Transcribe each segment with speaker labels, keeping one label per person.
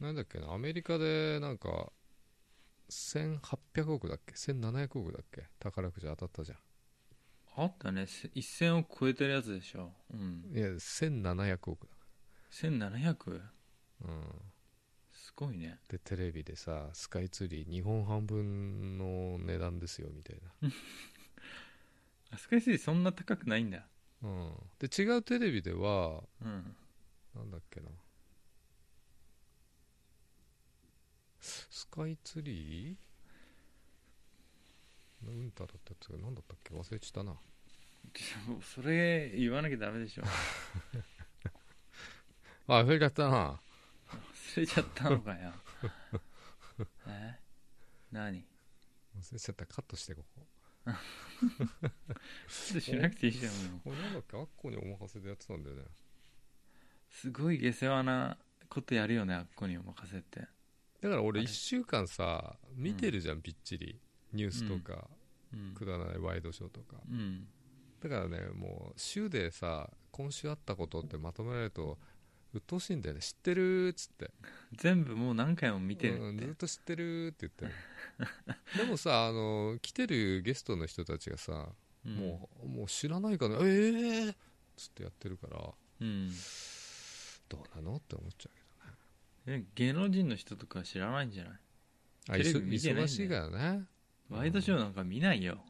Speaker 1: なんだっけな、アメリカでなんか、1800億だっけ ?1700 億だっけ宝くじ当たったじゃ
Speaker 2: あったねせ1000億超えてるやつでしょうん
Speaker 1: ん。いや、1700億だ。
Speaker 2: 1700
Speaker 1: うん。
Speaker 2: すごいね
Speaker 1: で、テレビでさ、スカイツリー2本半分の値段ですよ、みたいな。
Speaker 2: あスカイツリーそんな高くないんだ
Speaker 1: うん。で、違うテレビでは、
Speaker 2: うん
Speaker 1: なんだっけな。スカイツリーうんただったやつが何だったっけ忘れちゃったな。
Speaker 2: ちょそれ言わなきゃダメでしょ
Speaker 1: あ、忘れちゃったな。
Speaker 2: 忘れちゃったのかよ え何
Speaker 1: 忘れちゃった。カットしてここ。
Speaker 2: ちょっとしなくていいじゃんもう
Speaker 1: これなんだっけアッコにお任せでやってたんだよね。
Speaker 2: すごい下世話なことやるよねあっこにお任せって
Speaker 1: だから俺
Speaker 2: あれ
Speaker 1: 1週間さ、見てるじゃん、びっちり。ニュースとか、
Speaker 2: うん
Speaker 1: くだらないワイドショーとか。
Speaker 2: うん
Speaker 1: だからね、もう週でさ、今週あったことってまとめられると、鬱陶しいんだよね。知ってるーっつって。
Speaker 2: 全部もう何回も見て
Speaker 1: う
Speaker 2: る
Speaker 1: ん
Speaker 2: っ
Speaker 1: ず
Speaker 2: て
Speaker 1: っと知ってるって言ってるでもさあの来てるゲストの人たちがさ、
Speaker 2: うん
Speaker 1: もうもう知らないかなええー、っつってやってるから
Speaker 2: うん
Speaker 1: どうなのって思っちゃう
Speaker 2: え芸能人の人とか知らないんじゃない
Speaker 1: けどあ
Speaker 2: テレビ
Speaker 1: 忙
Speaker 2: 見てないんだ
Speaker 1: 忙
Speaker 2: よ
Speaker 1: しいからね
Speaker 2: ワイドショーなんか見ないよ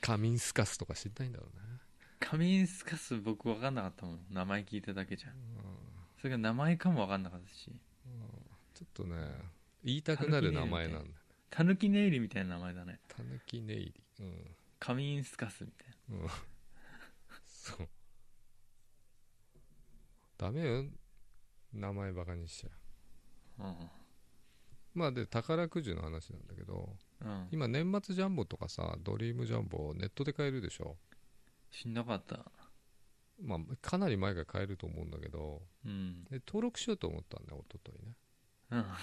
Speaker 1: 仮眠すかすとか知りたいんだろうね
Speaker 2: 仮眠スカス僕分かんなかったもん名前聞いただけじゃんそれが名前かも分かんなかったし
Speaker 1: ちょっとね言いたくなる名前なんだ
Speaker 2: タヌキネイリみたいな名前だね
Speaker 1: たぬきねいりうん
Speaker 2: 仮眠スカスみたいな
Speaker 1: そうダメよ名前バカにしちゃうまあで宝くじの話なんだけど
Speaker 2: うん、うん、
Speaker 1: 今年末ジャンボとかさドリームジャンボネットで買えるでしょ、
Speaker 2: しんどかった
Speaker 1: まあ、かなり前から買えると思うんだけど
Speaker 2: うん、
Speaker 1: で登録しようと思ったんだよ一昨日ね
Speaker 2: うん、あ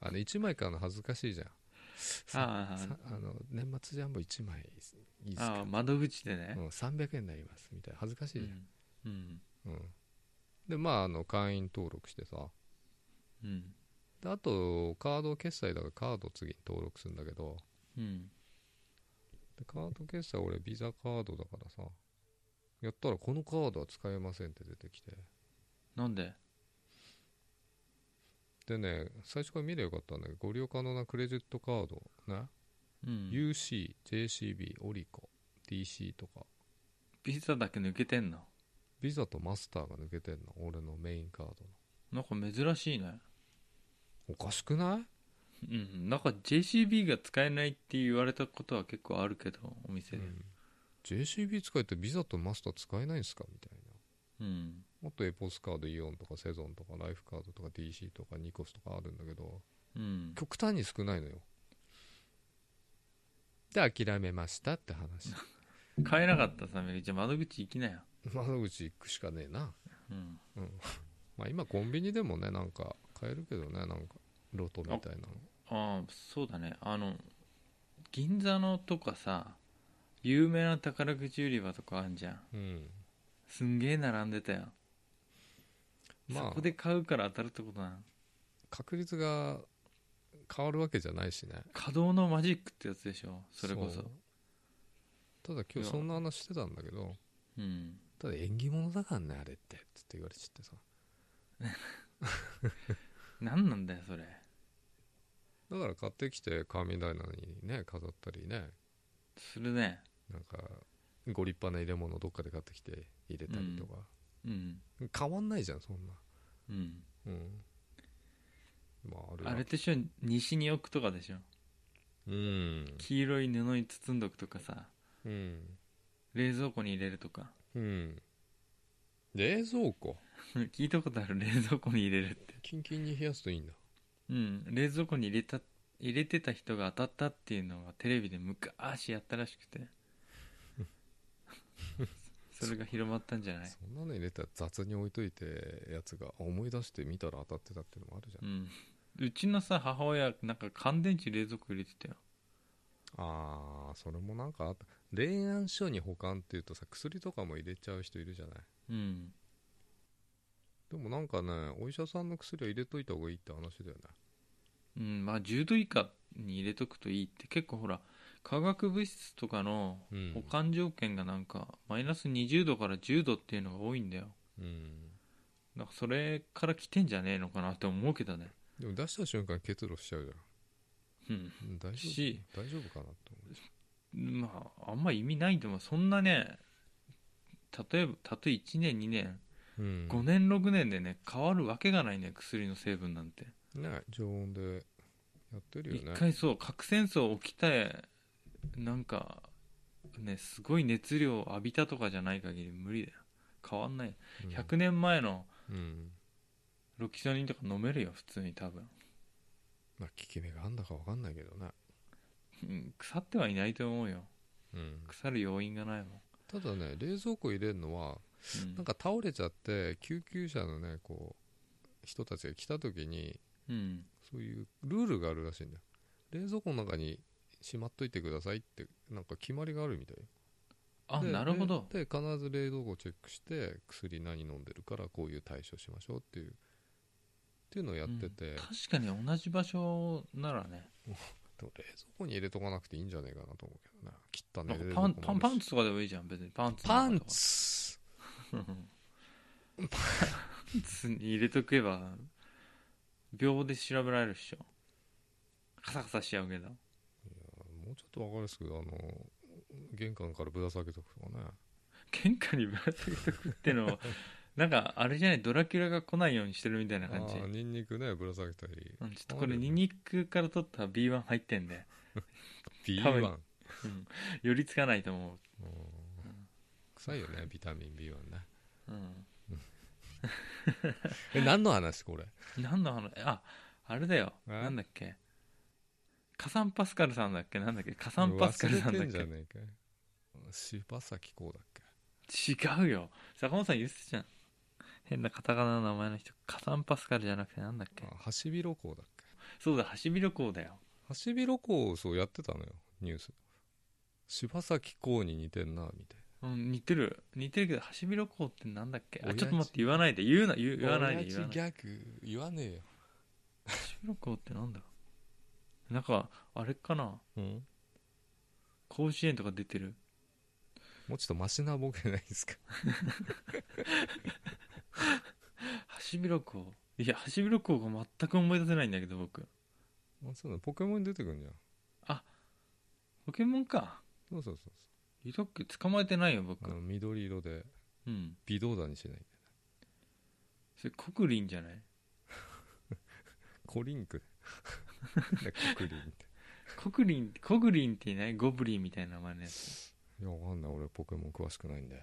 Speaker 1: あの1枚買うの恥ずかしいじゃん
Speaker 2: あ
Speaker 1: さあの年末ジャンボ1枚いいです
Speaker 2: ああ
Speaker 1: か、
Speaker 2: 窓口でね
Speaker 1: うん、300円になりますみたいな恥ずかし
Speaker 2: う
Speaker 1: いじゃん、
Speaker 2: んうん
Speaker 1: うんでまああの会員登録してさ
Speaker 2: うん
Speaker 1: であとカード決済だからカード次に登録するんだけど
Speaker 2: うん
Speaker 1: でカード決済俺ビザカードだからさやったらこのカードは使えませんって出てきて
Speaker 2: なんで
Speaker 1: でね最初から見ればよかったんだけどご利用可能なクレジットカードね、
Speaker 2: うん
Speaker 1: UC、JCB、オリコ、DC とか
Speaker 2: ビザだけ抜けてんの
Speaker 1: ビザとマスターが抜けてんの俺のメインカードの
Speaker 2: なんか珍しいね
Speaker 1: おかしくない
Speaker 2: うんなんか JCB が使えないって言われたことは結構あるけどお店で
Speaker 1: うん JCB 使えてビザとマスター使えないんすかみたい
Speaker 2: うん
Speaker 1: なもっとエポスカードイオンとかセゾンとかライフカードとか DC とかニコスとかあるんだけど
Speaker 2: うん
Speaker 1: 極端に少ないのよで諦めましたって話
Speaker 2: 買えなかったさめぐちゃん窓口行きなよ
Speaker 1: 窓口行くしかねえな
Speaker 2: うん
Speaker 1: まあ今コンビニでもねなんか買えるけどねなんかロトみたいなの
Speaker 2: ああそうだねあの銀座のとかさ有名な宝くじ売り場とかあんじゃん
Speaker 1: うん
Speaker 2: すんげえ並んでたよ、
Speaker 1: ま
Speaker 2: そこ
Speaker 1: あ
Speaker 2: で買うから当たるってことなの
Speaker 1: 確率が変わるわけじゃないしね
Speaker 2: 稼働のマジックってやつでしょそれこそう
Speaker 1: ただ今日そんな話してたんだけど
Speaker 2: うん
Speaker 1: ただ縁起物だからねあれってつって言われちゃってさ
Speaker 2: 何なんだよそれ
Speaker 1: だから買ってきて神棚にね飾ったりね
Speaker 2: するね
Speaker 1: なんかご立派な入れ物どっかで買ってきて入れたりとか、
Speaker 2: うん
Speaker 1: 変わんないじゃんそんな
Speaker 2: うん
Speaker 1: うんまああれは
Speaker 2: あれでしょ西に置くとかでしょ
Speaker 1: うん
Speaker 2: 黄色い布に包んどくとかさ
Speaker 1: うん
Speaker 2: 冷蔵庫に入れるとか
Speaker 1: うん冷蔵庫
Speaker 2: 聞いたことある冷蔵庫に入れるって
Speaker 1: キンキンに冷やすといいんだ
Speaker 2: うん冷蔵庫に入れた入れてた人が当たったっていうのがテレビで昔やったらしく てそれが広まったんじゃない
Speaker 1: そんなの入れたら雑に置いといてやつが思い出して見たら当たってたっていうのもあるじゃん、
Speaker 2: うんうちのさ母親なんか乾電池冷蔵庫入れてたよ
Speaker 1: ああそれもなんかあった冷暗所に保管っていうとさ薬とかも入れちゃう人いるじゃない
Speaker 2: うん
Speaker 1: でなんかねお医者さんの薬は入れといた方がいいって話だよね
Speaker 2: うんまあ10度以下に入れとくといいって結構ほら化学物質とかの
Speaker 1: うん
Speaker 2: 保管条件がなんかマイナス20度から10度っていうのが多いんだよ
Speaker 1: うん
Speaker 2: なんかそれから来てんじゃねえのかなって思うけどね
Speaker 1: でも出した瞬間結露しちゃうじ
Speaker 2: うん
Speaker 1: ゃんうん大丈
Speaker 2: し
Speaker 1: 夫大丈夫かなと思う
Speaker 2: まああんま意味ないと思うそんなね例えばたとえ1年2年
Speaker 1: うん
Speaker 2: 5年6年でね変わるわけがないね薬の成分なんて
Speaker 1: ね常温でやってるよ
Speaker 2: 一
Speaker 1: ね
Speaker 2: 回そう核戦争起きたえなんかねすごい熱量を浴びたとかじゃない限り無理だよ変わんない
Speaker 1: うん
Speaker 2: 100年前の
Speaker 1: うん
Speaker 2: ロキソニンとか飲めるよ普通に多分、
Speaker 1: まあ効き目があんだかわかんないけどね
Speaker 2: うん、腐ってはいないと思うよ
Speaker 1: うん
Speaker 2: 腐る要因がないもん、
Speaker 1: ただね冷蔵庫入れるのは
Speaker 2: うん、
Speaker 1: なんか倒れちゃって救急車のねこう人たちが来た時に
Speaker 2: うん
Speaker 1: そういうルールがあるらしいんだよ冷蔵庫の中にしまっといてくださいってなんか決まりがあるみたいよ
Speaker 2: あ
Speaker 1: で
Speaker 2: なるほど
Speaker 1: でで必ず冷蔵庫チェックして薬何飲んでるからこういう対処しましょうっていうっていうのをやってて、
Speaker 2: うん
Speaker 1: で
Speaker 2: 確かに同じ場所ならね
Speaker 1: も冷蔵庫に入れとかなくていいんじゃねえかなと思うけどな切った
Speaker 2: な
Speaker 1: ね
Speaker 2: ん
Speaker 1: 冷
Speaker 2: か
Speaker 1: 蔵
Speaker 2: パ
Speaker 1: 庫
Speaker 2: ン
Speaker 1: も
Speaker 2: パ
Speaker 1: あるし
Speaker 2: ンパンツとかでもいいじゃん別にパンツ
Speaker 1: パン
Speaker 2: とか
Speaker 1: ツ
Speaker 2: パンツに入れとけば秒で調べられるっしょカサカサしちゃうけど
Speaker 1: もうちょっとわかるんですけどあの玄関からぶら下げとくとかね
Speaker 2: 喧嘩にぶら下げとくっての をなんかあれじゃないドラキュラが来ないようにしてるみたいな感じ
Speaker 1: あーニンニクねぶら下げたり
Speaker 2: うんちょっとこれニンニクから取った B1 入ってんで、多分
Speaker 1: B1
Speaker 2: うん、寄りつかないと思
Speaker 1: うん臭いよねビタミン B1 ね
Speaker 2: う、う
Speaker 1: え何の話これ
Speaker 2: ん、何の話ああれだよ
Speaker 1: え
Speaker 2: なんだっけカサンパスカルさんだっけなんだっけカサンパスカルさん
Speaker 1: 忘れ
Speaker 2: だ
Speaker 1: て
Speaker 2: っ
Speaker 1: んじ
Speaker 2: け
Speaker 1: ゃねえか柴咲コウだっけ
Speaker 2: 違うよ坂本さん言ってたじゃん変なカタカナの名前の人カサンパスカルじゃなくてなんだっけ
Speaker 1: あハシビロコウだっけ
Speaker 2: そうだハシビロコウだよ
Speaker 1: ハシビロコウそうやってたのよニュース柴咲コウに似てんなみたい
Speaker 2: うん似てる似てるけどハシビロコウってなんだっけ
Speaker 1: 親
Speaker 2: あ
Speaker 1: 父
Speaker 2: ちょっと待って言わないで言うな言
Speaker 1: な
Speaker 2: う言わないで言わ
Speaker 1: 親父
Speaker 2: ない
Speaker 1: ギ
Speaker 2: ハ
Speaker 1: ャグ言わねえよ
Speaker 2: シビロコウってなんだなんかあれかな
Speaker 1: うん
Speaker 2: 甲子園とか出てる
Speaker 1: もうちょっとマシなボケないですか
Speaker 2: ハシビロコウいやハシビロコウが全く思い出せないんだけど僕
Speaker 1: あそうだポケモンに出てくんじゃん
Speaker 2: ポケモンか
Speaker 1: そうそうそう
Speaker 2: いとっけ捕まえてないよ僕
Speaker 1: そうあの緑色で
Speaker 2: うん
Speaker 1: 微動だにしない
Speaker 2: それコクリンじゃない
Speaker 1: コリンク なんだコリンって
Speaker 2: コクリンコグリンっていないゴブリンみたいな名前のやつ
Speaker 1: いやわかんない俺ポケモン詳しくないんで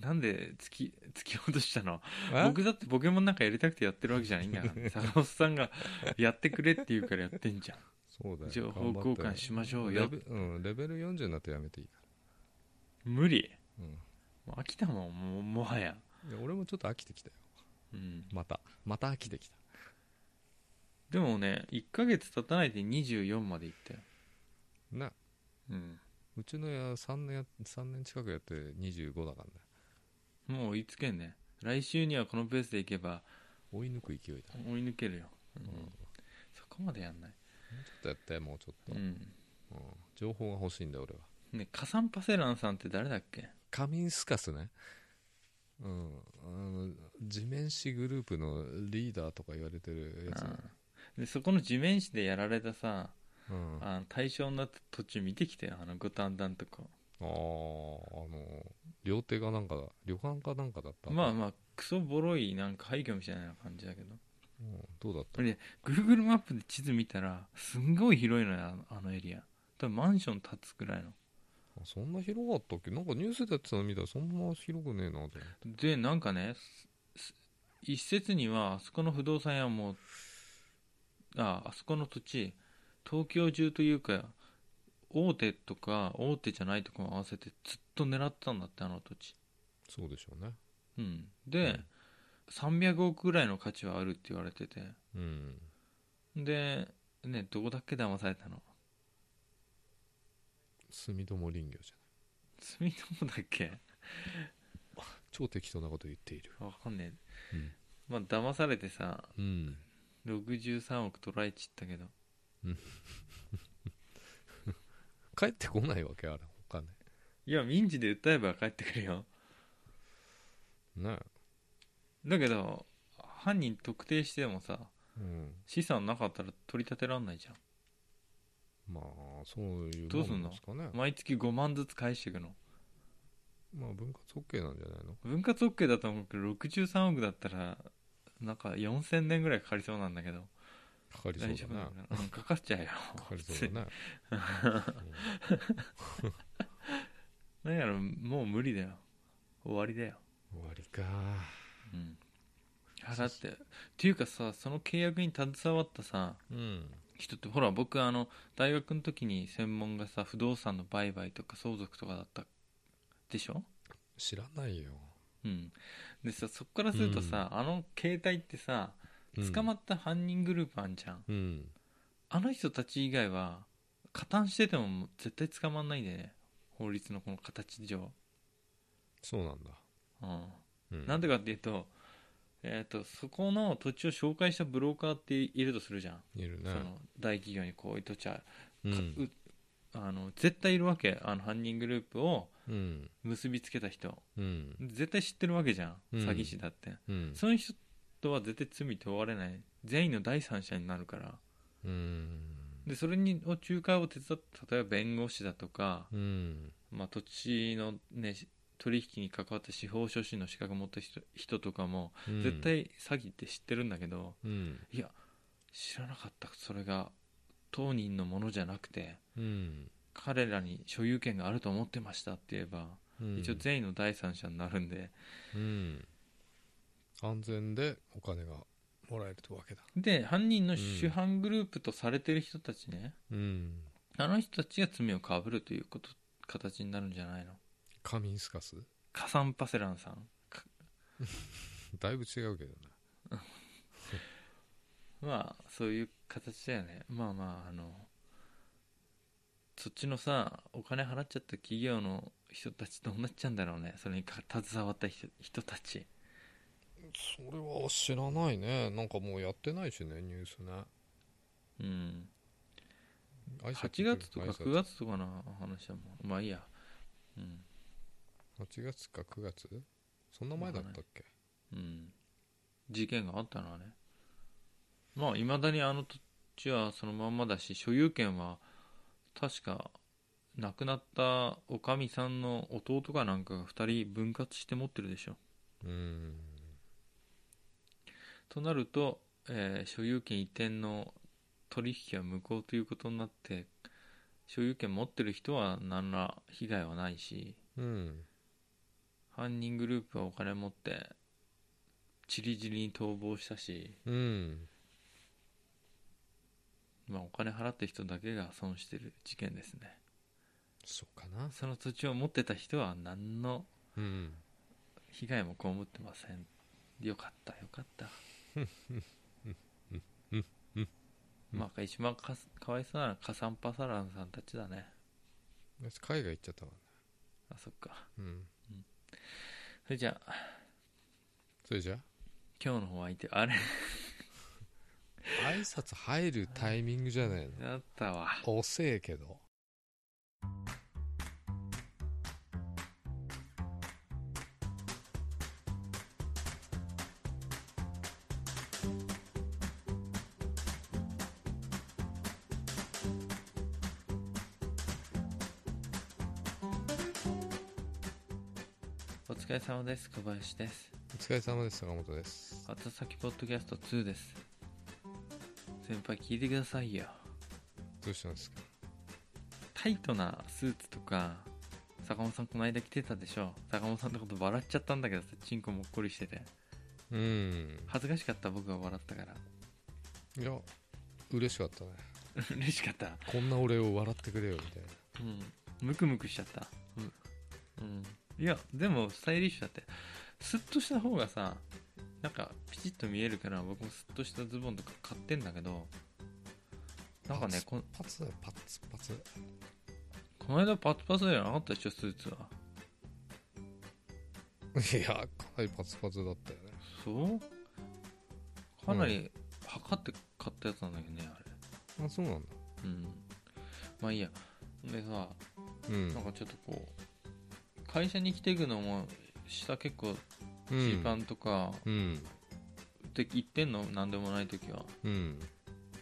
Speaker 2: なんで突き突き落としたの僕だってポケモンなんかやりたくてやってるわけじゃないんだから坂本さんがやってくれって言うからやってんじゃ
Speaker 1: そうだ
Speaker 2: ん
Speaker 1: よ
Speaker 2: 情報交換しましょう
Speaker 1: レ
Speaker 2: よ
Speaker 1: ベ,、うん、レベル40になってやめていいか
Speaker 2: 無理
Speaker 1: ら、
Speaker 2: もう飽きたもんもうもはや、
Speaker 1: うん、いや俺もちょっと飽きてきたよ
Speaker 2: うん、
Speaker 1: またまた飽きてきた
Speaker 2: でもね1ヶ月経たないで24までいったよ、
Speaker 1: な
Speaker 2: うん、
Speaker 1: うちのや3年や3年近くやって25だからね
Speaker 2: もう追いつけんね来週にはこのペースでいけば
Speaker 1: 追い抜く勢いだ、
Speaker 2: 追い抜けるよ、うん
Speaker 1: うんもう
Speaker 2: そこまでやんない、
Speaker 1: ちょっとやってもうちょっと、
Speaker 2: う
Speaker 1: うん
Speaker 2: ん
Speaker 1: 情報が欲しいんだよ俺は
Speaker 2: ね、カサンパセランさんって誰だっけ
Speaker 1: カミンスカスねうんあの地面師グループのリーダーとか言われてるやつ、
Speaker 2: うんでそこの地面師でやられたさ
Speaker 1: うん、あ
Speaker 2: あの対象になった途中見てきたよあの五反田のとこ
Speaker 1: あーあの料亭がなんか旅館かなんかだった
Speaker 2: まあまあクソボロいなんか廃墟みたいな感じだけど
Speaker 1: うんどうだった
Speaker 2: あれ Google マップで地図見たらすんごい広いのよあのあのエリア多分マンション建つくらいの
Speaker 1: あそんな広かったっけなんかニュースでやってたの見たらそんな広くねえなと思って
Speaker 2: でなんかねすす一説にはあそこの不動産屋もああそこの土地東京中というか大手とか大手じゃないとこも合わせてずっと狙ってたんだってあの土地
Speaker 1: そうでしょうね
Speaker 2: うんで、300億ぐらいの価値はあるって言われてて
Speaker 1: うん
Speaker 2: でねどこだっけ騙されたの
Speaker 1: 住友林業じゃない
Speaker 2: 住友だっけ
Speaker 1: 超適当なこと言っている
Speaker 2: わかんねえ、まあ騙されてさ
Speaker 1: うん
Speaker 2: 63億取られちったけど
Speaker 1: 帰ってこないわけあれお金
Speaker 2: いや民事で訴えば帰ってくるよ
Speaker 1: ね
Speaker 2: だけど犯人特定してもさ
Speaker 1: うん
Speaker 2: 資産なかったら取り立てらんないじゃん
Speaker 1: まあそういう
Speaker 2: どうすん
Speaker 1: も
Speaker 2: の
Speaker 1: ですかね
Speaker 2: 毎月5万ずつ返していくの
Speaker 1: まあ分割 OK なんじゃないの
Speaker 2: 分割 OK だと思うけど63億だったらなんか4000年ぐらいかかりそうなんだけど
Speaker 1: かかりそう
Speaker 2: 大丈夫
Speaker 1: だ
Speaker 2: な
Speaker 1: ね
Speaker 2: のかなうんかかっちゃうよ
Speaker 1: かかりそうだね
Speaker 2: なんやろもう無理だよ終わりだよ、
Speaker 1: うん終わりか
Speaker 2: うん、払ってっていうかさその契約に携わったさ
Speaker 1: うん
Speaker 2: 人ってほら僕あの大学の時に専門がさ不動産の売買とか相続とかだったでしょ
Speaker 1: 知らないよ
Speaker 2: うんでさそっからするとさ、あの携帯ってさ捕ま
Speaker 1: っ
Speaker 2: った犯人グループあんじゃん、
Speaker 1: うん
Speaker 2: あの人たち以外は加担してても絶対捕まんないんだよね法律のこの形上、
Speaker 1: そうなんだ
Speaker 2: うん、
Speaker 1: う
Speaker 2: なんでかっていうと,、えー、とそこの土地を紹介したブローカーっているとするじゃん、
Speaker 1: いる
Speaker 2: そ
Speaker 1: ね
Speaker 2: の大企業にこういう土地は、
Speaker 1: うん
Speaker 2: うあの絶対いるわけあの犯人グループを
Speaker 1: うん
Speaker 2: 結びつけた人
Speaker 1: うん
Speaker 2: 絶対知ってるわけじゃん、
Speaker 1: うん
Speaker 2: 詐欺師だって
Speaker 1: うん
Speaker 2: その人は絶対罪問われない善意の第三者になるから
Speaker 1: うん
Speaker 2: でそれにを仲介を手伝った例えば弁護士だとか、
Speaker 1: うん
Speaker 2: まあ、土地の、ね、し取引に関わった司法書士の資格を持った人人とかも
Speaker 1: うん
Speaker 2: 絶対詐欺って知ってるんだけど、
Speaker 1: うん
Speaker 2: いや知らなかったそれが当人のものじゃなくて
Speaker 1: うん
Speaker 2: 彼らに所有権があると思ってましたって言えば、
Speaker 1: うん
Speaker 2: 一応善意の第三者になるんで
Speaker 1: うん安全でお金がもらえるってわけだ
Speaker 2: で犯人の主犯グループとされてる人たちね、
Speaker 1: うん
Speaker 2: あの人たちが罪をかぶるということ形になるんじゃないの
Speaker 1: カミンスカス
Speaker 2: カサンパセランさんか
Speaker 1: だいぶ違うけどね
Speaker 2: まあそういう形だよねまあまああのそっちのさお金払っちゃった企業の人たちどうなっちゃうんだろうねそれにか携わった人人たち
Speaker 1: それは知らないねなんかもうやってないしねニュースね
Speaker 2: うん
Speaker 1: 挨拶
Speaker 2: 8月とか
Speaker 1: 挨拶
Speaker 2: 9月とかの話だもんまあいいやうん
Speaker 1: 8月か9月そんな前だったっけ
Speaker 2: うん事件があったのはねまあいまだにあの土地はそのまんまだし所有権は確か亡くなったおかみさんの弟かなんかが2人分割して持ってるでしょ
Speaker 1: うーん
Speaker 2: となると、えー所有権移転の取引は無効ということになって所有権持ってる人は何ら被害はないし
Speaker 1: うん
Speaker 2: 犯人グループはお金持ってちりぢりに逃亡したし、
Speaker 1: うん
Speaker 2: まあ、お金払ってる人だけが損してる事件ですね
Speaker 1: そうかな
Speaker 2: その土地を持ってた人は何の
Speaker 1: うん
Speaker 2: 被害も被ってませんよかったよかったまあ一番かすかわいそうなのはカサンパサランさんたちだね
Speaker 1: 私海外行っちゃったわね
Speaker 2: あそっか
Speaker 1: うん
Speaker 2: それじゃあ
Speaker 1: それじゃ
Speaker 2: 今日のお相手あれ
Speaker 1: あ挨拶入るタイミングじゃないの
Speaker 2: だったわ
Speaker 1: 遅えけど
Speaker 2: お疲れ様です小林です
Speaker 1: お疲れ様です坂本です
Speaker 2: 後先ポッドキャスト2です先輩聞いてくださいよ
Speaker 1: どうしたんですか
Speaker 2: タイトなスーツとか坂本さんこの間着てたでしょ坂本さんのこと笑っちゃったんだけどさチンコもっこりしてて
Speaker 1: うん
Speaker 2: 恥ずかしかった僕が笑 ったから
Speaker 1: いや嬉しかったね
Speaker 2: 嬉しかった
Speaker 1: こんな俺を笑ってくれよみたいな
Speaker 2: うんムクムクしちゃったうん、いやでもスタイリッシュだってスッとした方がさなんかピチッと見えるから僕もスッとしたズボンとか買ってんだけどなんかねこん
Speaker 1: パツだよパツパツ
Speaker 2: この間パツパツじゃなかったでしょスーツはい
Speaker 1: やかなりパツパツだったよね
Speaker 2: そうかなり測って買ったやつなんだけどねあれ
Speaker 1: あそうなんだ
Speaker 2: うんまあいいやでさ
Speaker 1: うん
Speaker 2: なんかちょっとこう会社に着ていくのも下結構
Speaker 1: う
Speaker 2: ジーパ
Speaker 1: ん
Speaker 2: ンとか
Speaker 1: うん
Speaker 2: で行ってんの何でもない時は
Speaker 1: うん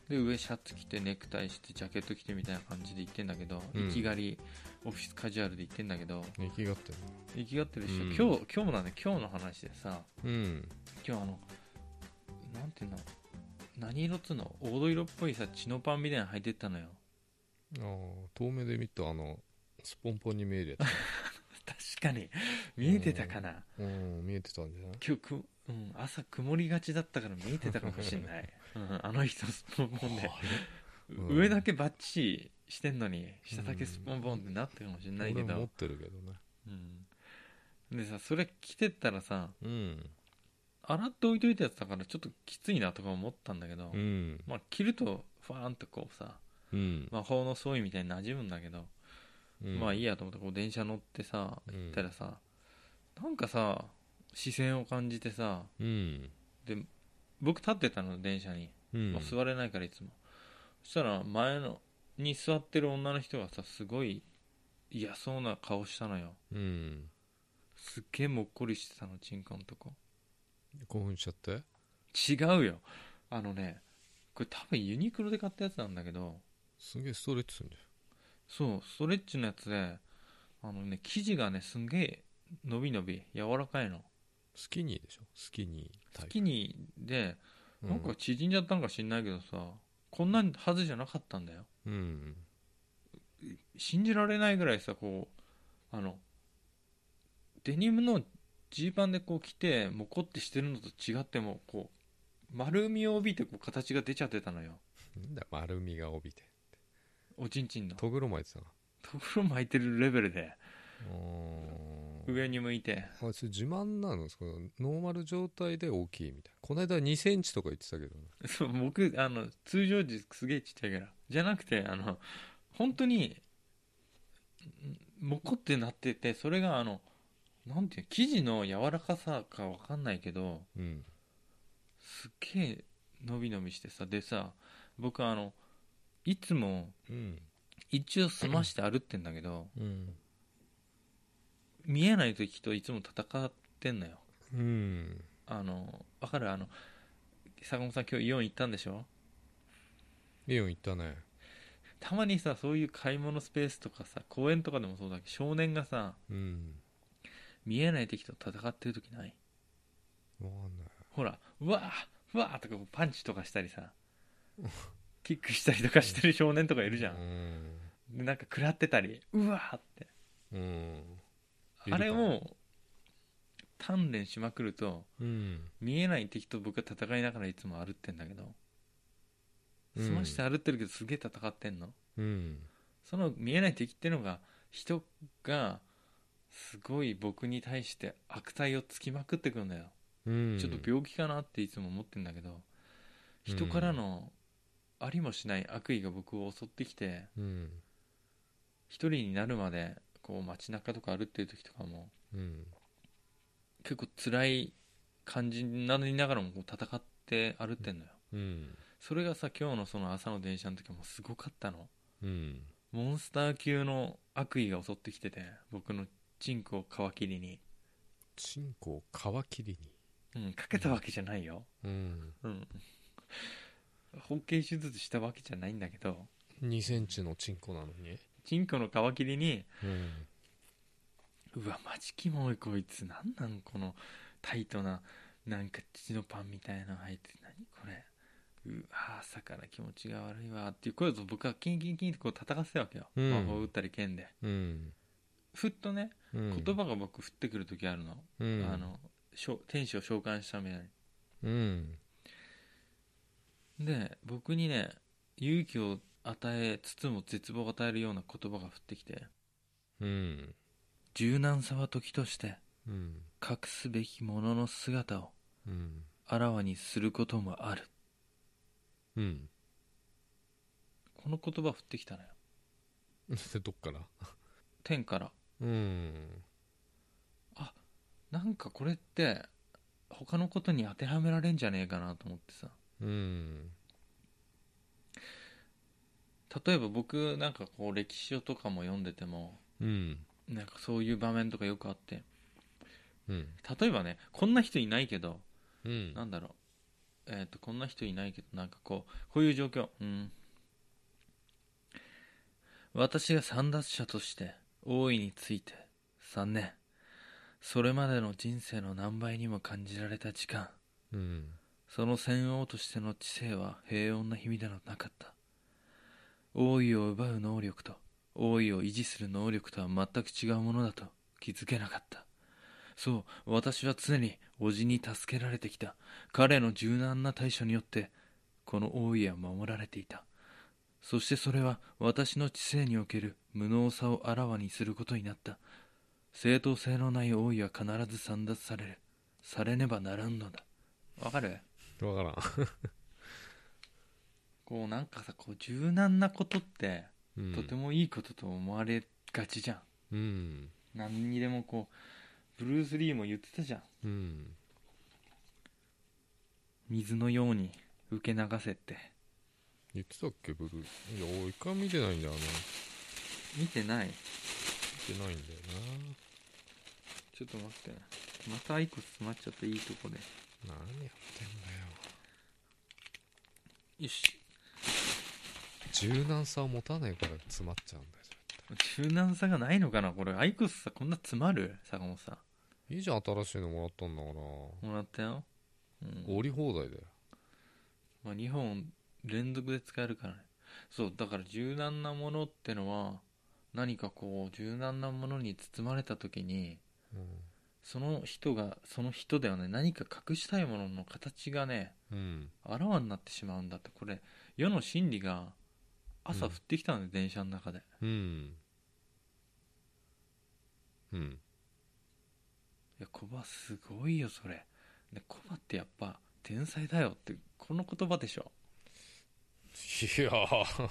Speaker 2: で上シャツ着てネクタイしてジャケット着てみたいな感じで行ってんだけど、
Speaker 1: うん
Speaker 2: 行きがりオフィスカジュアルで行ってんだけど
Speaker 1: 生きがってる
Speaker 2: 行きがってる人、
Speaker 1: うん
Speaker 2: 今日今日もなんだ今日の話でさ
Speaker 1: うん
Speaker 2: 今日あのなんていうの何色っつうの黄土色っぽいさチノパンみたいなの履いてったのよ
Speaker 1: あー遠目で見たあのスポンポンに見えるやつ
Speaker 2: 確かに見えてたかな、
Speaker 1: うん見えてたんじゃない
Speaker 2: 今日く、うん、朝曇りがちだったから見えてたかもし れない、うん、あの人スポンポンで、
Speaker 1: うん
Speaker 2: 上だけバッチリしてんのに下だけスポンポンってなってるかもしれないけ
Speaker 1: 俺
Speaker 2: ど、
Speaker 1: も持ってるけどね
Speaker 2: うん、でさそれ着てったらさ
Speaker 1: うん
Speaker 2: 洗って置いといたやつだからちょっときついなとか思ったんだけど、
Speaker 1: うん
Speaker 2: まあ、着るとファーンとこうさ
Speaker 1: うん
Speaker 2: 魔法の装いみたいに馴染むんだけど、まあい
Speaker 1: い
Speaker 2: いやと思ってこう電車乗ってさ
Speaker 1: う
Speaker 2: 行
Speaker 1: ん
Speaker 2: ったらさなんかさ視線を感じてさ
Speaker 1: うん
Speaker 2: で僕立ってたの電車に、
Speaker 1: うん
Speaker 2: まあ座れないからいつもそしたら前のに座ってる女の人がさすごい嫌そうな顔したのよ
Speaker 1: うん
Speaker 2: すっげえもっこりしてたのチンカンとか
Speaker 1: 興奮しちゃって
Speaker 2: 違うよあのねこれ多分ユニクロで買ったやつなんだけど
Speaker 1: すげえストレッチするんじ
Speaker 2: そうストレッチのやつであのね生地がねすんげえ伸び伸び柔らかいの
Speaker 1: ゃんスキニーでしょスキニータイ
Speaker 2: ス
Speaker 1: プ
Speaker 2: キニーで
Speaker 1: う
Speaker 2: なんか縮んじゃったんか知んないけどさこんなはずじゃなかったんだよ
Speaker 1: うん
Speaker 2: 信じられないぐらいさこうあのデニムのジーパンでこう着てモコってしてるのと違ってもこう丸みを帯びてこう形が出ちゃってたのよ
Speaker 1: なんだ丸みが帯びて
Speaker 2: おちんちんのと
Speaker 1: とぐろ巻いてたな
Speaker 2: ころ巻いてるレベルで
Speaker 1: うーん
Speaker 2: 上に向いて
Speaker 1: あ それ自慢なのそのノーマル状態で大きいみたいなこの間2センチとか言ってたけどね
Speaker 2: そう僕あの通常時すげえちっちゃいからじゃなくてあの本当にんモコってなっててそれがあのなんていう生地の柔らかさかわかんないけど
Speaker 1: うん
Speaker 2: すっげえ伸び伸びしてさでさ僕あのいつも
Speaker 1: うん
Speaker 2: 一応済まして歩ってんだけど
Speaker 1: うん
Speaker 2: 見えない時といつも戦ってんのよ
Speaker 1: うん
Speaker 2: あのわかるあの坂本さん今日イオン行ったんでしょ
Speaker 1: イオン行ったね
Speaker 2: たまにさそういう買い物スペースとかさ公園とかでもそうだけど少年がさ
Speaker 1: うん
Speaker 2: 見えない敵と戦ってる時ない
Speaker 1: わかんない
Speaker 2: ほらうわあうわあとかこうパンチとかしたりさキックしたりとかしてる少年とかいるじゃん
Speaker 1: ん
Speaker 2: でなんか食らってたりうわあって
Speaker 1: うんいる
Speaker 2: あ
Speaker 1: から
Speaker 2: れを鍛錬しまくると
Speaker 1: うん
Speaker 2: 見えない敵と僕は戦いながらいつも歩ってんだけど
Speaker 1: うん
Speaker 2: 済まして歩ってるけどすげえ戦ってんの
Speaker 1: うん
Speaker 2: その見えない敵ってのが人がすごい僕に対して悪態をつきまくってくんだよ、
Speaker 1: うん
Speaker 2: ちょっと病気かなっていつも思ってんだけど人からのありもしない悪意が僕を襲ってきて
Speaker 1: うん
Speaker 2: 一人になるまでこう街中とか歩ってる時とかも
Speaker 1: うん
Speaker 2: 結構辛い感じになりながらもこう戦って歩ってんのよ
Speaker 1: うん
Speaker 2: それがさ今日のその朝の電車の時もすごかったの
Speaker 1: うん
Speaker 2: モンスター級の悪意が襲ってきてて僕のチンコを皮切りに
Speaker 1: チンコを皮切りに
Speaker 2: うん、かけたわけじゃないよ。
Speaker 1: うん
Speaker 2: うん。包茎手術したわけじゃないんだけど、
Speaker 1: 2センチのチンコなのに
Speaker 2: チンコの皮切りに、
Speaker 1: うん
Speaker 2: うわ、マジキモいこいつ、なんなんこのタイトな、なんか父のパンみたいなの入って、何これ。うわ、朝から気持ちが悪いわ、っていう声と僕はキンキンキンってこう叩かせたわけよ。
Speaker 1: うん
Speaker 2: 魔法を打ったり剣で。
Speaker 1: うん
Speaker 2: ふっとね、
Speaker 1: うん
Speaker 2: 言葉が僕降ってくる時あるの。
Speaker 1: うん
Speaker 2: あの、しょ天使を召喚したみたいに。
Speaker 1: うん
Speaker 2: で僕にね勇気を与えつつも絶望を与えるような言葉が降ってきて
Speaker 1: うん
Speaker 2: 「柔軟さは時として
Speaker 1: うん
Speaker 2: 隠すべきものの姿を
Speaker 1: うん
Speaker 2: あらわにすることもある
Speaker 1: うん」
Speaker 2: この言葉降ってきたのよ
Speaker 1: そ れどっから
Speaker 2: 天から
Speaker 1: うん
Speaker 2: なんかこれって他のことに当てはめられんじゃねえかなと思ってさ
Speaker 1: うん
Speaker 2: 例えば僕なんかこう歴史書とかも読んでても
Speaker 1: うん
Speaker 2: なんかそういう場面とかよくあって
Speaker 1: うん
Speaker 2: 例えばねこんな人いないけど
Speaker 1: うん
Speaker 2: なんだろうえっ、とこんな人いないけどなんかこうこういう状況うん私が三奪者として大いについて3年それまでの人生の何倍にも感じられた時間
Speaker 1: うん
Speaker 2: その戦王としての知性は平穏な日々ではなかった王位を奪う能力と王位を維持する能力とは全く違うものだと気づけなかったそう私は常に叔父に助けられてきた彼の柔軟な対処によってこの王位は守られていたそしてそれは私の知性における無能さをあらわにすることになった正当性のない王位は必ず散奪されるされねばならんのだわかる
Speaker 1: 分からん
Speaker 2: こうなんかさこう柔軟なことって
Speaker 1: うん
Speaker 2: とてもいいことと思われがちじゃ
Speaker 1: う
Speaker 2: ん、
Speaker 1: ん
Speaker 2: 何にでもこうブルース・リーも言ってたじゃん
Speaker 1: うん
Speaker 2: 水のように受け流せって
Speaker 1: 言ってたっけブルーいや俺一回も見てないんだよな
Speaker 2: 見てない
Speaker 1: 見てないんだよ
Speaker 2: ちょっと待ってまたアイコス詰まっちゃったいいとこで
Speaker 1: な何やってんだよ
Speaker 2: よし
Speaker 1: 柔軟さを持たないから詰まっちゃうんだよ
Speaker 2: 柔軟さがないのかなこれアイコスさこんな詰まる坂本さ
Speaker 1: いいじゃん新しいのもらったんだから
Speaker 2: んもらったよ、うん
Speaker 1: 折り放題だよ
Speaker 2: まあ、2本連続で使えるからねそうだから柔軟なものってのは何かこう柔軟なものに包まれた時にその人がその人ではね何か隠したいものの形がね
Speaker 1: うん、うん、
Speaker 2: あらわになってしまうんだってこれ世の真理が朝降
Speaker 1: うん
Speaker 2: ってきたので、電車の中で
Speaker 1: うん。うん。
Speaker 2: いやコバすごいよそれでコバってやっぱ天才だよってこの言葉でしょ
Speaker 1: いやー、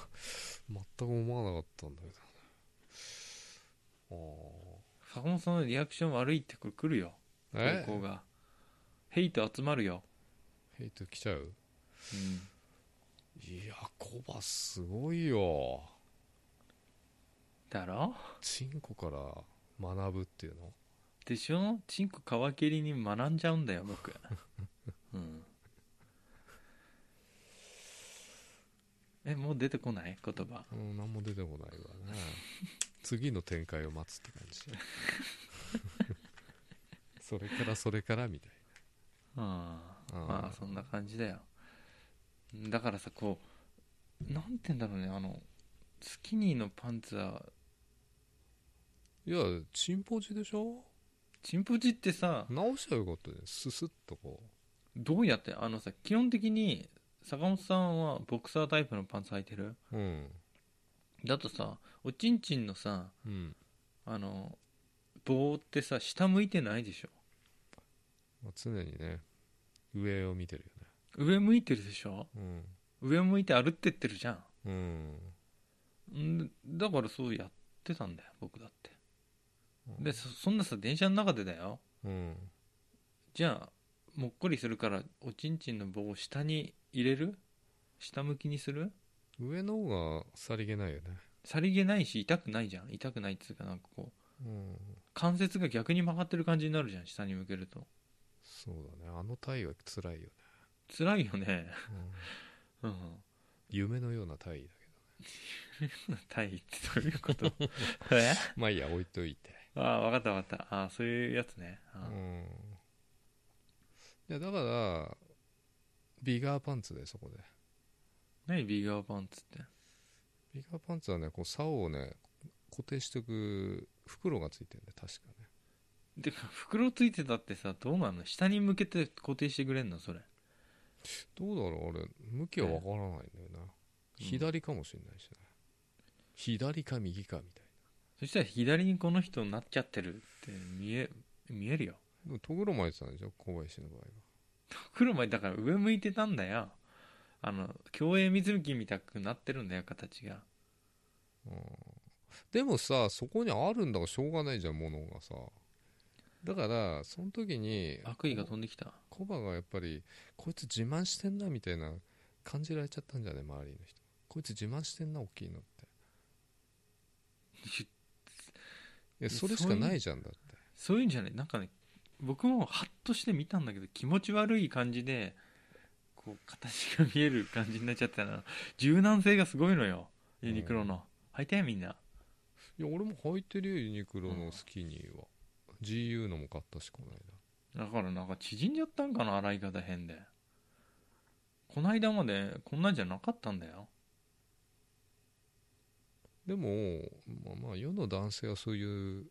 Speaker 1: 全く思わなかったんだけど。
Speaker 2: 坂本さんのリアクション悪いってこれ来るよ
Speaker 1: あー
Speaker 2: 投
Speaker 1: え
Speaker 2: 稿がヘイト集まるよ、
Speaker 1: ヘイト来ちゃう
Speaker 2: うん
Speaker 1: いや、コバすごいよ。
Speaker 2: だろ
Speaker 1: チンコから学ぶっていうの
Speaker 2: でしょチンコ皮切りに学んじゃうんだよ僕うんえもう出てこない言葉
Speaker 1: うん、何も出てこないわね。次の展開を待つって感 じ。それからそれからみたい
Speaker 2: ああ
Speaker 1: あー
Speaker 2: まあそんな感じだよだからさこうなんて言うんだろうねあのスキニーのパンツは
Speaker 1: な。いや、チンポジでしょ
Speaker 2: チンポジってさ
Speaker 1: 直しちゃよかったね。ススッとこ
Speaker 2: どうやってあのさ基本的に坂本さんはボクサータイプのパンツ履いてる
Speaker 1: う。うん。
Speaker 2: だとさおちんちんのさ
Speaker 1: うん。
Speaker 2: あの棒ってさ下向いてないでしょ
Speaker 1: まあ、常にね上を見てる
Speaker 2: 上向いてるでしょ
Speaker 1: よね
Speaker 2: 上向いて歩ってってるじゃ
Speaker 1: うんうん
Speaker 2: んんだからそうやってたんだよ僕だって
Speaker 1: うん
Speaker 2: でそそんなさ電車の中でだよ
Speaker 1: うん
Speaker 2: じゃあもっこりするからおちんちんの棒を下に入れる下向きにする
Speaker 1: 上の方がさりげないよね
Speaker 2: さりげないし痛くないじゃん痛くないっつうかなんかこう
Speaker 1: うん
Speaker 2: 関節が逆に曲がってる感じになるじゃん下に向けると
Speaker 1: そうだねあの体位は辛いよね、
Speaker 2: 辛いよね
Speaker 1: うん
Speaker 2: うん
Speaker 1: 夢のような体位だけど
Speaker 2: 痛いってどういうこと え
Speaker 1: まあいいや置いといて
Speaker 2: ああ分かった分かったああそういうやつね
Speaker 1: う
Speaker 2: ああ
Speaker 1: んいやだからビガーパンツでそこで
Speaker 2: 何ビガーパンツって
Speaker 1: ビガーパンツはねこう竿をね固定しておく袋がついてるんで確かね
Speaker 2: てか袋ついてたってさどうなの下に向けて固定してくれんのそれ
Speaker 1: どうだろうあれ向きはわからないんだよな、左かもしれないしね左か右かみたい
Speaker 2: そしたら左にこの人になっちゃってるって見え見えるよ
Speaker 1: なでも戸黒巻いてたんでしょ小林の場合は
Speaker 2: 袋前だから上向いてたんだよあの競泳水着みたくなってるんだよ形が
Speaker 1: でもさそこにあるんだからしょうがないじゃんものがさだからその時に
Speaker 2: 悪意が飛んできた
Speaker 1: コバがやっぱりこいつ自慢してんなみたいな感じられちゃったんじゃない周りの人こいつ自慢してんな大きいのっていやそれしかないじゃんだって
Speaker 2: そういうんじゃないなんかね僕もハッとして見たんだけど気持ち悪い感じでこう形が見える感じになっちゃったな柔軟性がすごいのよユニクロの、履いてみんない
Speaker 1: や俺も履いてるよユニクロのスキニーは、GU のも買ったしこの間
Speaker 2: だからなんか縮んじゃったんかな洗い方変でこないだまでこんなんじゃなかったんだよ
Speaker 1: でも、まあ、まあ世の男性はそういう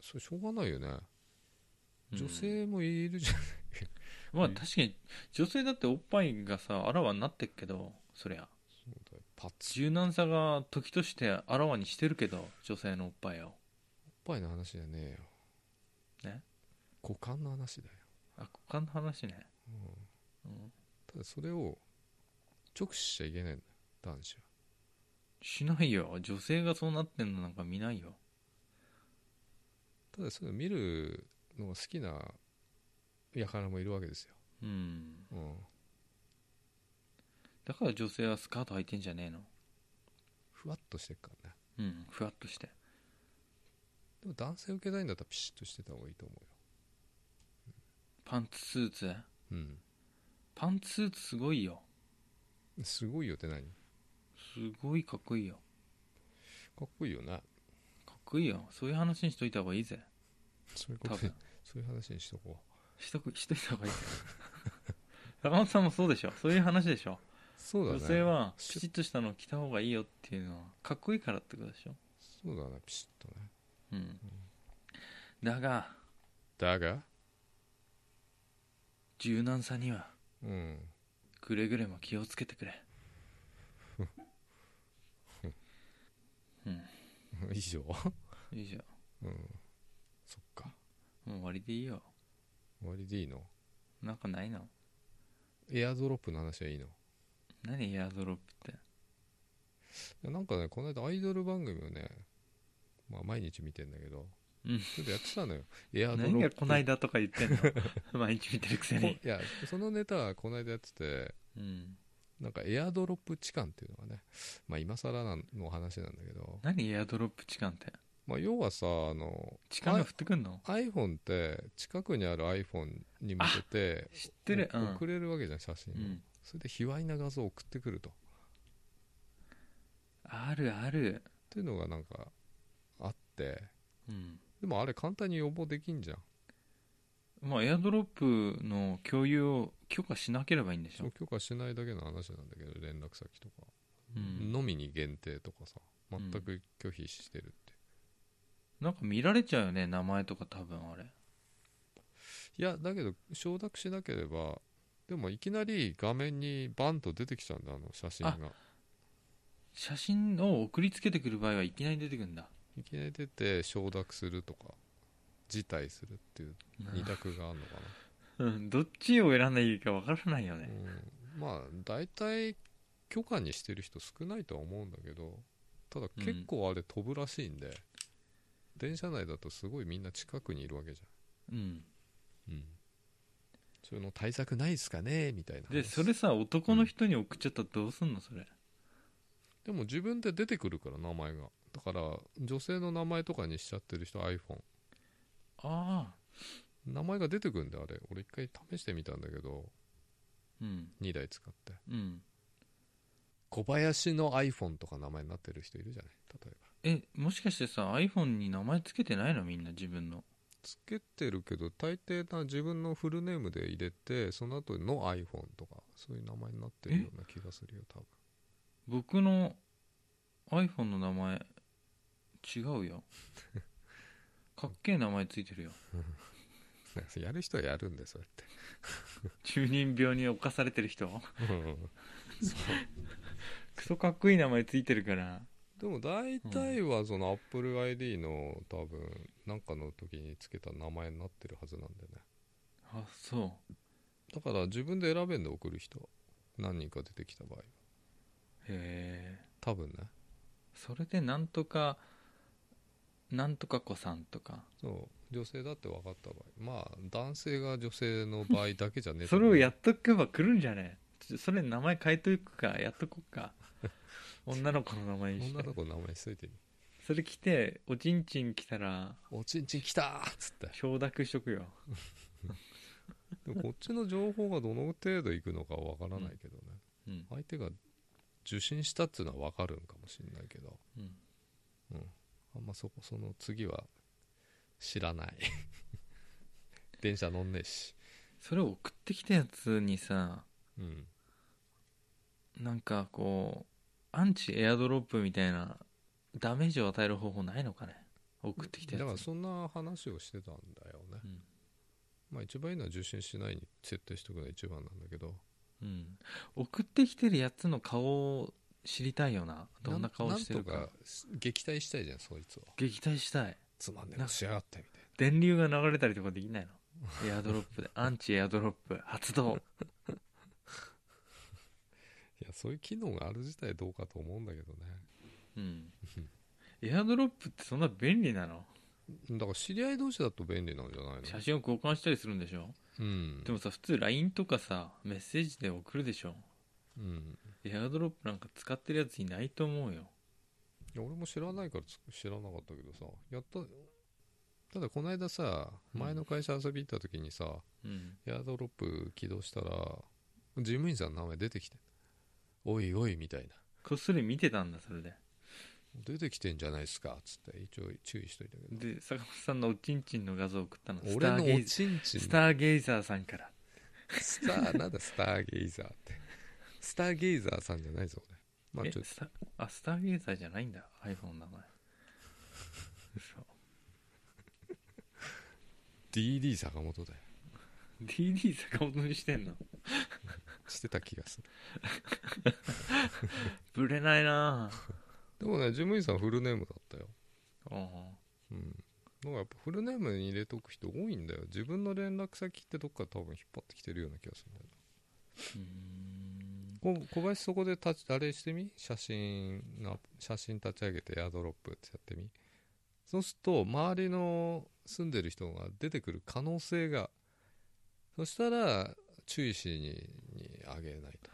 Speaker 1: それしょうがないよね
Speaker 2: うん
Speaker 1: 女性もいるじゃん、
Speaker 2: まあ確かに女性だっておっぱいがさあらわになってっけどそりゃ
Speaker 1: そうだよパッチ
Speaker 2: 柔軟さが時としてあらわにしてるけど女性のおっぱいを
Speaker 1: おっぱいの話じゃねえよ
Speaker 2: ね
Speaker 1: 股間の話だよ
Speaker 2: あ股間の話ね、うん
Speaker 1: ただそれを直視しちゃいけないんだよ男子は
Speaker 2: しないよ女性がそうなってんのなんか見ないよ
Speaker 1: ただそれを見るのが好きな輩もいるわけですよ、
Speaker 2: うん
Speaker 1: うん、
Speaker 2: だから女性はスカート履いてんじゃねえの
Speaker 1: ふわっとしてるからね
Speaker 2: うんふわっとして
Speaker 1: でも男性受けたいんだったらピシッとしてた方がいいと思
Speaker 2: パンツスーツ
Speaker 1: うよ
Speaker 2: パンツスーツすごいよ
Speaker 1: うんすごいよって何
Speaker 2: すごいかっこいいよ
Speaker 1: かっこいいよね
Speaker 2: かっこいいよそういう話にしといた方がいいぜ
Speaker 1: そういうこ
Speaker 2: 多
Speaker 1: とに
Speaker 2: 分
Speaker 1: そういう話にしとこう
Speaker 2: しとくしといた方がいい ぜ坂本さんもそうでしょそういう話でしょ
Speaker 1: そうだね
Speaker 2: 女性はピ
Speaker 1: し
Speaker 2: シッとしたのを着た方がいいよっていうのはかっこいいからってことでしょ
Speaker 1: そうだねピシッとね
Speaker 2: うんだが
Speaker 1: だが
Speaker 2: 柔軟さには
Speaker 1: うん
Speaker 2: くれぐれも気をつけてくれうん
Speaker 1: 以上
Speaker 2: いいじゃん
Speaker 1: うんそっか
Speaker 2: もう終わりでいいよ
Speaker 1: 終わりでいいの
Speaker 2: なんかないの
Speaker 1: エアドロップの話はいいのい
Speaker 2: 何エアドロップって
Speaker 1: やなんかねこの間アイドル番組をねまあ毎日見てんだけど、
Speaker 2: うん
Speaker 1: ちょっとやってたのよエアドロップ
Speaker 2: 何がこないだとか言ってんの毎日見てるくせ
Speaker 1: こ
Speaker 2: に
Speaker 1: いやそのネタはこの間やってて
Speaker 2: うん
Speaker 1: なんかエアドロップ痴漢っていうのがねまあ今更なの話なんだけど、
Speaker 2: 何エアドロップ痴漢って
Speaker 1: まあ、要はさあの
Speaker 2: 痴漢が降ってくんの
Speaker 1: iPhone って近くにある iPhone に向けて
Speaker 2: 知ってるう
Speaker 1: お
Speaker 2: ん
Speaker 1: 送れるわけじゃん写真を、
Speaker 2: うん
Speaker 1: それで卑猥な画像を送ってくるとっ
Speaker 2: あるある
Speaker 1: ていうのがなんかあって
Speaker 2: うん
Speaker 1: でもあれ簡単に予防できんじゃん
Speaker 2: まあエアドロップの共有を許可しなければいいんでし
Speaker 1: そう
Speaker 2: ょ
Speaker 1: 許可しないだけの話なんだけど連絡先とか、
Speaker 2: うん
Speaker 1: のみに限定とかさ全
Speaker 2: ん
Speaker 1: く拒否してるって、
Speaker 2: なんか見られちゃうよね名前とか多分あれ
Speaker 1: いやだけど承諾しなければでもいきなり画面にバンと出てきちゃうんだあの写真が
Speaker 2: 写真を送りつけてくる場合はいきなり出てくるんだ
Speaker 1: いきなり出て承諾するとか辞退するっていう二択があるのか
Speaker 2: うんどっちを選んだらいいかわからないよ
Speaker 1: な、
Speaker 2: ね
Speaker 1: うん、まあ大体許可にしてる人少ないとは思うんだけどただ結構あれ飛ぶらしいんで、電車内だとすごいみんな近くにいるわけじ
Speaker 2: うん
Speaker 1: ゃん、それの対策ないですかねみたいな話
Speaker 2: でそれさ男の人に送っちゃったらどうすんのそれ
Speaker 1: でも自分で出てくるから名前がだから女性の名前とかにしちゃってる人 iPhone
Speaker 2: ああ
Speaker 1: 名前が出てくるんであれ俺一回試してみたんだけど
Speaker 2: うん
Speaker 1: 2台使って
Speaker 2: うん
Speaker 1: 小林の iPhone とか名前になってる人いるじゃない例えば
Speaker 2: えもしかしてさ iPhone に名前つけてないのみんな自分の
Speaker 1: つけてるけど大抵な自分のフルネームで入れてその後の iPhone とかそういう名前になってるような気がするよ多分
Speaker 2: 僕の iPhone の名前違う よかっけえ名前ついてるよ
Speaker 1: やる人はやるんでそうや
Speaker 2: 中人病に侵されてる人
Speaker 1: って うん
Speaker 2: クソかっこいい名前ついてるから
Speaker 1: でも大体はその AppleID の多分なんかの時につけた名前になってるはずなんだよね
Speaker 2: あそう
Speaker 1: だから自分で選べんで送る人何人か出てきた場合は
Speaker 2: へえ
Speaker 1: 多分ね
Speaker 2: それでなんとかなんとか子さんとか
Speaker 1: そう女性だって分かった場合まあ男性が女性の場合だけじゃねえ
Speaker 2: それをや
Speaker 1: っ
Speaker 2: っとけば来るんじゃねちょそれ名前変えとくかやっとこう か女の子の名前にして
Speaker 1: 女の子の名前ついてる
Speaker 2: それ来ておちんちん来たら
Speaker 1: おちんちん来たーっつって
Speaker 2: 承諾しとくよ
Speaker 1: でもこっちの情報がどの程度いくのかは分からないけどね、
Speaker 2: うん
Speaker 1: 相手が受信したっていうのは分かるんかもしれないけど
Speaker 2: うん
Speaker 1: あんまそこその次は知らない 電車乗んねえし
Speaker 2: それを送ってきたやつにさ
Speaker 1: うん
Speaker 2: なんかこうアンチエアドロップみたいなダメージを与える方法ないのかね送ってきた
Speaker 1: だか
Speaker 2: や
Speaker 1: ら
Speaker 2: つ
Speaker 1: そんな話をしてたんだよね、
Speaker 2: うん
Speaker 1: まあ一番いいのは受信しないに設定しておくのが一番なんだけど
Speaker 2: うん、送ってきてるやつの顔を知りたいよなどんな顔してるか
Speaker 1: なんとか撃退したいじゃんそいつを
Speaker 2: 撃退したい
Speaker 1: つまんねえことしやがってみたい
Speaker 2: 電流が流れたりとかできないのエアドロッ プでアンチエアドロップ発動
Speaker 1: ないやそういう機能がある自体どうかと思うんだけどね
Speaker 2: うんエアドロップってそんな便利なの
Speaker 1: だから知り合い同士だと便利なんじゃないの
Speaker 2: 写真を交換したりするんでしょ
Speaker 1: うん
Speaker 2: でもさ普通 LINE とかさメッセージで送るでしょ
Speaker 1: うん
Speaker 2: エアドロップなんか使ってるやついないと思うよ
Speaker 1: いや俺も知らないからつ知らなかったけどさやったただこの間さ
Speaker 2: うん
Speaker 1: 前の会社遊び行った時にさ、
Speaker 2: うん
Speaker 1: エアドロップ起動したら事務員さんの名前出てきておいおいみたいな
Speaker 2: こっそり見てたんだそれで
Speaker 1: 出てきてんじゃないですかっつって一応注意しといたけ
Speaker 2: で坂本さんのおちんちんの画像を送ったの
Speaker 1: ど
Speaker 2: ス
Speaker 1: 俺
Speaker 2: ターゲ
Speaker 1: のお
Speaker 2: イズ
Speaker 1: ちんちん
Speaker 2: スターゲイザーさんから
Speaker 1: スター、なんだスターゲイザーって。スターゲイザーさんじゃないぞ、俺。ま
Speaker 2: え
Speaker 1: あ、ちょっ
Speaker 2: スタあスターゲイザーじゃないんだ iPhone の名前嘘
Speaker 1: と DD 坂本だよ。
Speaker 2: DD 坂本にしてんの
Speaker 1: してた気がする。
Speaker 2: ぶれな いなぁ
Speaker 1: でもね、事務員さんフルネームだったよ。
Speaker 2: うん
Speaker 1: うん。だからやっぱフルネームに入れとく人多いんだよ。自分の連絡先ってどっか多分引っ張ってきてるような気がするんだよ
Speaker 2: うーん
Speaker 1: な。こ小林そこで立ち、あれしてみ写真の、写真立ち上げてエアドロップってやってみそうすると、周りの住んでる人が出てくる可能性が、そしたら、注意しに、にあげないと。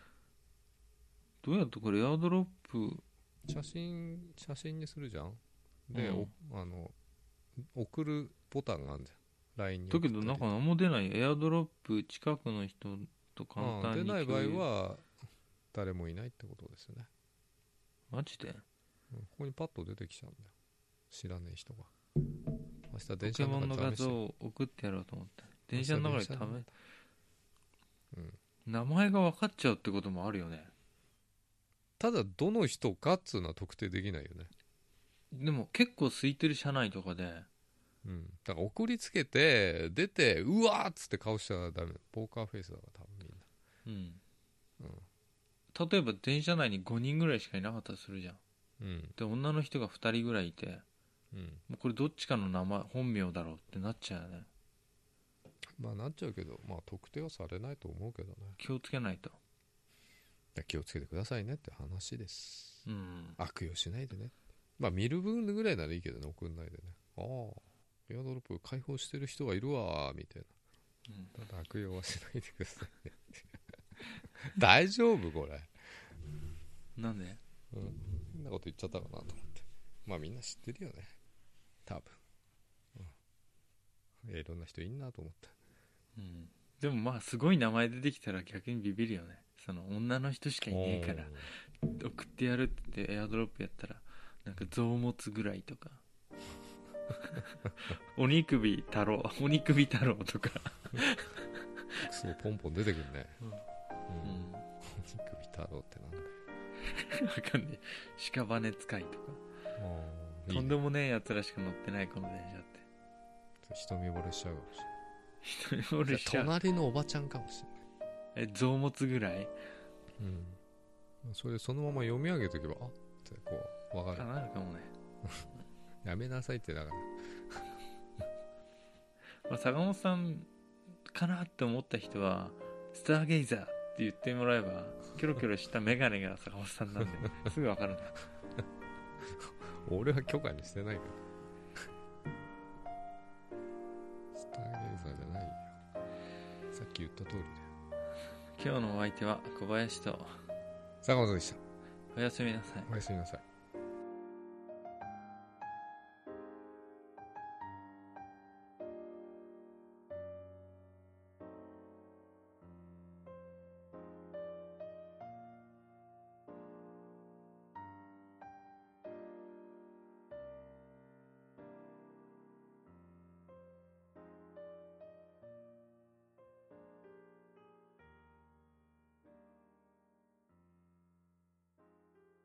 Speaker 2: どうやってこれエアドロップ
Speaker 1: 写真写真にするじゃんで、
Speaker 2: うん
Speaker 1: おあの送るボタンがあるじゃん LINE に
Speaker 2: だ
Speaker 1: 送
Speaker 2: け
Speaker 1: った
Speaker 2: ど
Speaker 1: り
Speaker 2: なんか何も出ないよエアドロップ近くの人と簡
Speaker 1: うん
Speaker 2: 単に
Speaker 1: 出ない場
Speaker 2: 共有
Speaker 1: 合は誰もいないってことですよね、
Speaker 2: マジで
Speaker 1: うんここにパッと出てきちゃうんだよ知らねえ人が明日
Speaker 2: ポ
Speaker 1: 電
Speaker 2: ケ
Speaker 1: 車
Speaker 2: モ
Speaker 1: の
Speaker 2: ンの
Speaker 1: 中
Speaker 2: 画
Speaker 1: で試して
Speaker 2: 像を送ってやろうと思った電車の中でため
Speaker 1: うん
Speaker 2: 名前が分かっちゃうってこともあるよね
Speaker 1: ただどの人かっつうのは特定できないよね
Speaker 2: でも結構空いてる車内とかで
Speaker 1: うんだから送りつけて出てうわーっつって顔しちゃダメポーカーフェイスだから多分みんな
Speaker 2: うん例えば電車内に5人ぐらいしかいなかったとするじゃん
Speaker 1: うん
Speaker 2: で女の人が2人ぐらいいて
Speaker 1: うんうん
Speaker 2: もうこれどっちかの名前本名だろうってなっちゃうよね
Speaker 1: まあなっちゃうけどまあ特定はされないと思うけどね
Speaker 2: 気をつけないと
Speaker 1: いや気をつけてくださいねって話です、
Speaker 2: うん
Speaker 1: 悪用しないでねまあ見る分ぐらいならいいけどね送んないでねああエアドロップ開放してる人がいるわーみたい
Speaker 2: うん
Speaker 1: なただ悪用はしないでくださいね 大丈夫これ
Speaker 2: なんで
Speaker 1: うん変なこと言っちゃったかなと思ってまあみんな知ってるよね多分、うん、いやいろんな人いんなと思った
Speaker 2: うんでもまあすごい名前出てきたら逆にビビるよねその女の人しかいねえから送ってやるって言ってエアドロップやったらなんか臓物ぐら いとか鬼首太郎鬼首太郎とか、
Speaker 1: おークソポンポン出てくるね
Speaker 2: うん
Speaker 1: うん、首太郎ってなんだよ
Speaker 2: 分かんねえ屍使いとか
Speaker 1: いいね
Speaker 2: とんでもねえやつらしか乗ってないこの電車っ て
Speaker 1: 人見惚れしちゃうかもしれない
Speaker 2: 人俺しちゃう
Speaker 1: 隣のおばちゃんかもし
Speaker 2: え臓物ぐら
Speaker 1: れ
Speaker 2: い
Speaker 1: ない、うん、それそのまま読み上げとけばあってこう分
Speaker 2: あ
Speaker 1: かる
Speaker 2: なるかもね、
Speaker 1: やめなさいってだから
Speaker 2: まあ、坂本さんかなって思った人はスターゲイザーって言ってもらえばキョロキョロした眼鏡が坂 本さんなんですぐ分かるんだ
Speaker 1: 俺は許可にしてないかそうじゃないよさっき言った通りだよ
Speaker 2: 今日のお相手は小林と
Speaker 1: 坂本でした
Speaker 2: おやすみなさい
Speaker 1: おやすみなさい